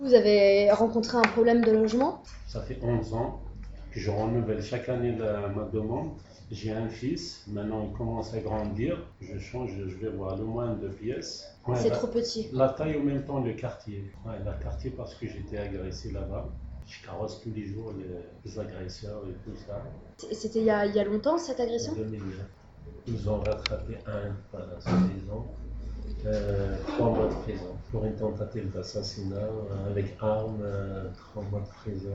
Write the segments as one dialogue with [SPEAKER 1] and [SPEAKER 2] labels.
[SPEAKER 1] Vous avez rencontré un problème de logement
[SPEAKER 2] Ça fait 11 ans que je renouvelle chaque année la- ma demande. J'ai un fils, maintenant il commence à grandir. Je change, je vais voir le moins de pièces. Ouais, bah.
[SPEAKER 1] C'est
[SPEAKER 2] la,
[SPEAKER 1] trop petit.
[SPEAKER 2] la taille en même temps, le quartier. Ouais, le quartier parce que j'étais agressé là-bas. Je carrosse tous les jours les, les agresseurs et tout ça.
[SPEAKER 1] C- C'était il y a, il y a longtemps cette agression
[SPEAKER 2] 2009. Ils ont rattrapé un par la prison, euh, trois mois de prison pour une tentative d'assassinat euh, avec arme, euh, trois mois de prison,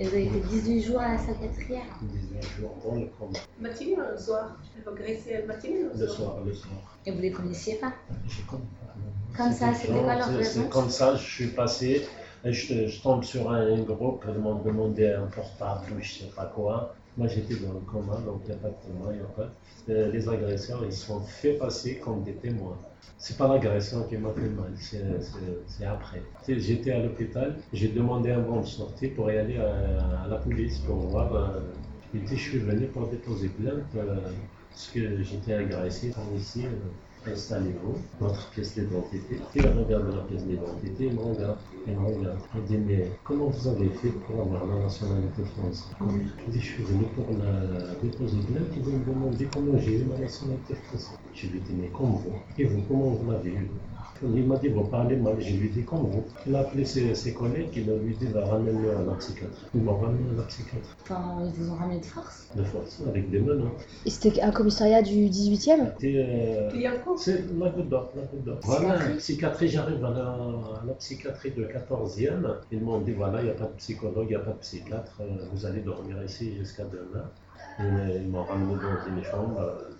[SPEAKER 3] Et vous avez été 18 jours à la psychiatrière.
[SPEAKER 2] 18 jours dans le camp.
[SPEAKER 4] matinée ou le soir Elle va graisser le matinée ou
[SPEAKER 2] Le soir, le soir.
[SPEAKER 3] Et vous les connaissiez pas
[SPEAKER 2] Je comprends pas.
[SPEAKER 3] Comme ça,
[SPEAKER 2] C'est
[SPEAKER 3] c'était quoi leur
[SPEAKER 2] c'est- c'est
[SPEAKER 3] raison
[SPEAKER 2] Comme ça, je suis passé, et je, je tombe sur un, un groupe, ils m'ont demandé un portable ou je sais pas quoi. Moi, j'étais dans le coma, donc il n'y a pas de témoin, il n'y a pas. Euh, les agresseurs, ils se sont fait passer comme des témoins. C'est pas l'agression qui m'a fait mal, c'est- c'est c'est après. Tu sais, J'étais à l'hôpital, j'ai demandé un bon de sortie pour y aller à, à la police pour voir. euh, et puis, je suis venu pour déposer plainte euh, parce que j'étais agressé par ici. euh, Installez-vous, votre pièce d'identité. Il regarde la pièce d'identité, il me regarde, il me regarde. Il dit Mais comment vous avez fait pour avoir la nationalité française Je dis Je suis venu pour la déposer plainte, il me demander comment j'ai eu ma nationalité française. Je lui dis Mais comme vous Et vous, comment vous l'avez eu il m'a dit, vous parlez mal, je lui ai dit comme vous. Il a appelé ses, ses collègues, il a lui dit, va ramener à la psychiatre. Ils m'ont ramené à la psychiatre,
[SPEAKER 3] Enfin, ils vous ont ramené de force.
[SPEAKER 2] de force, avec des menottes.
[SPEAKER 1] Et C'était un commissariat du 18e
[SPEAKER 2] C'était, euh,
[SPEAKER 4] Il y a un cours
[SPEAKER 2] C'est la goutte d'or, la goutte d'or. Voilà, la psychiatrie, j'arrive à la, à la psychiatrie de 14e. Ils m'ont dit voilà, il n'y a pas de psychologue, il n'y a pas de psychiatre, euh, vous allez dormir ici jusqu'à demain. Et, euh, ils m'ont ramené dans une chambre. euh,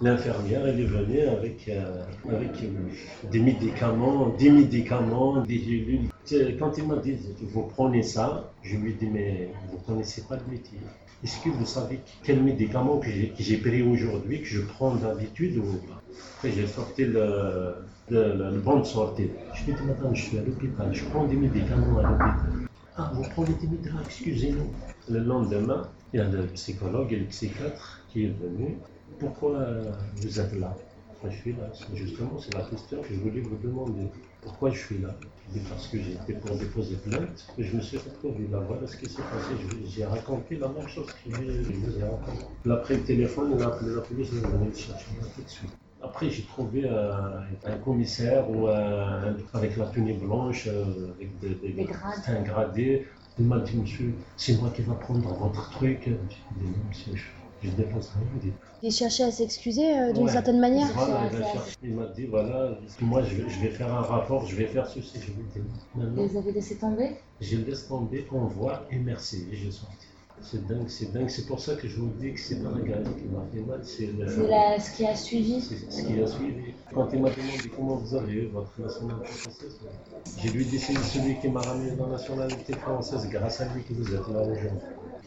[SPEAKER 2] L'infirmière, elle est venue avec, euh, avec euh, des médicaments, des médicaments, des gélules. Tu sais, Quand ils m'ont dit, vous prenez ça, je lui ai dit, mais vous ne connaissez pas le métier. Est-ce que vous savez quel médicament que j'ai- que j'ai pris aujourd'hui, que je prends d'habitude ou pas après, j'ai sorti le, le, le, le bon de sortie. Je lui ai dit, madame, je suis à l'hôpital, je prends des médicaments à l'hôpital. Ah, vous prenez des médicaments, excusez-nous. Le lendemain, il y a le psychologue et le psychiatre qui est venu. Pourquoi euh, vous êtes là Pourquoi je suis là C'est Justement, c'est la question que je voulais vous demander. Pourquoi je suis là Je dis, Parce que j'étais pour déposer plainte et je me suis retrouvé là. Voilà ce qui s'est passé. Je- J'ai raconté la même chose que je je vous ai raconté. Il a pris le téléphone, il a appelé la police, il est venu le chercher là, tout de suite. Après, j'ai trouvé euh, un commissaire ou un- avec la tenue blanche, euh, avec des, des-
[SPEAKER 3] Des grades.
[SPEAKER 2] un gradé. Il m'a dit, monsieur, c'est moi qui va prendre votre truc. J'ai dit, non, monsieur, je, je dépose rien. Il dit,
[SPEAKER 1] Il cherchait à s'excuser euh, d'une
[SPEAKER 2] Ouais.
[SPEAKER 1] certaine manière
[SPEAKER 2] Voilà,
[SPEAKER 3] c'est
[SPEAKER 2] il, a
[SPEAKER 3] ça.
[SPEAKER 2] cherché. Il m'a dit, voilà, moi, je vais, je vais faire un rapport, je vais faire ceci. Je lui ai dit, non, non,
[SPEAKER 3] Et vous avez laissé tomber
[SPEAKER 2] je laisse tomber, on voit et merci. Et je sorti. C'est dingue, c'est dingue. C'est pour ça que je vous dis que c'est pas la galerie qui m'a fait mal, c'est le-
[SPEAKER 3] C'est la- ce qui a suivi.
[SPEAKER 2] c'est ce qui a suivi. Quand il m'a demandé comment vous avez eu votre nationalité française, j'ai lui dit c'est celui qui m'a ramené la nationalité française, grâce à lui que vous êtes là aujourd'hui.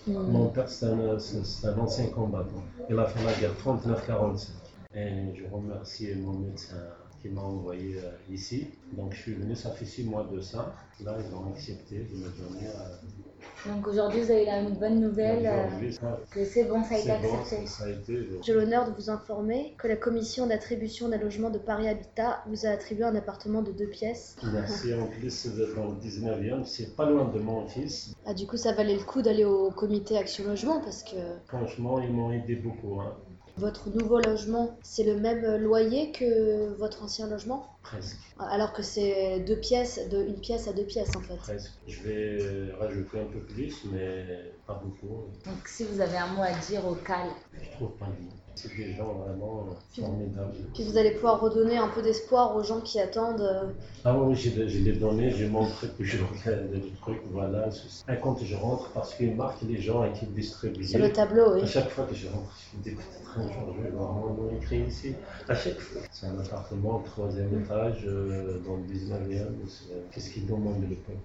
[SPEAKER 1] Hmm.
[SPEAKER 2] Mon père, c'est un, c'est- c'est un ancien combattant. Il a fait la guerre 39-45. Et je remercie mon médecin qui m'a envoyé euh, ici. Donc je suis venu, ça fait six mois de ça. Là, ils ont accepté de me donner euh,
[SPEAKER 3] Donc aujourd'hui, vous avez la bonne nouvelle euh,
[SPEAKER 2] aujourd'hui. Ça,
[SPEAKER 3] que c'est bon, ça a été
[SPEAKER 2] C'est bon,
[SPEAKER 3] accepté.
[SPEAKER 2] ça a été.
[SPEAKER 1] J'ai l'honneur de vous informer que la commission d'attribution d'un logement de Paris Habitat vous a attribué un appartement de deux pièces.
[SPEAKER 2] Merci en plus d'être dans le 19e, c'est pas loin de mon fils.
[SPEAKER 1] Ah, du coup, ça valait le coup d'aller au comité Action Logement parce que
[SPEAKER 2] Franchement, ils m'ont aidé beaucoup. hein.
[SPEAKER 1] votre nouveau logement, c'est le même loyer que votre ancien logement
[SPEAKER 2] Presque,
[SPEAKER 1] Alors que c'est deux pièces, de une pièce à deux pièces en fait.
[SPEAKER 2] presque. Je vais rajouter un peu plus, mais pas beaucoup.
[SPEAKER 3] Donc si vous avez un mot à dire au cal,
[SPEAKER 2] Je trouve pas bien. C'est des gens vraiment euh, formidables.
[SPEAKER 1] Puis vous allez pouvoir redonner un peu d'espoir aux gens qui attendent. euh,
[SPEAKER 2] Ah oui, j'ai je l'ai donné, j'ai montré que je regardais le truc, voilà. Et quand je rentre, parce qu'ils marquent les gens et qu'ils distribuent.
[SPEAKER 1] sur le tableau, oui.
[SPEAKER 2] À chaque fois que je rentre, je me dis peut-être un jour je vais voir mon nom écrit ici. À chaque fois. C'est un appartement, troisième étage, euh, dans le 19e. c'est- Qu'est-ce qu'ils demandent le peuple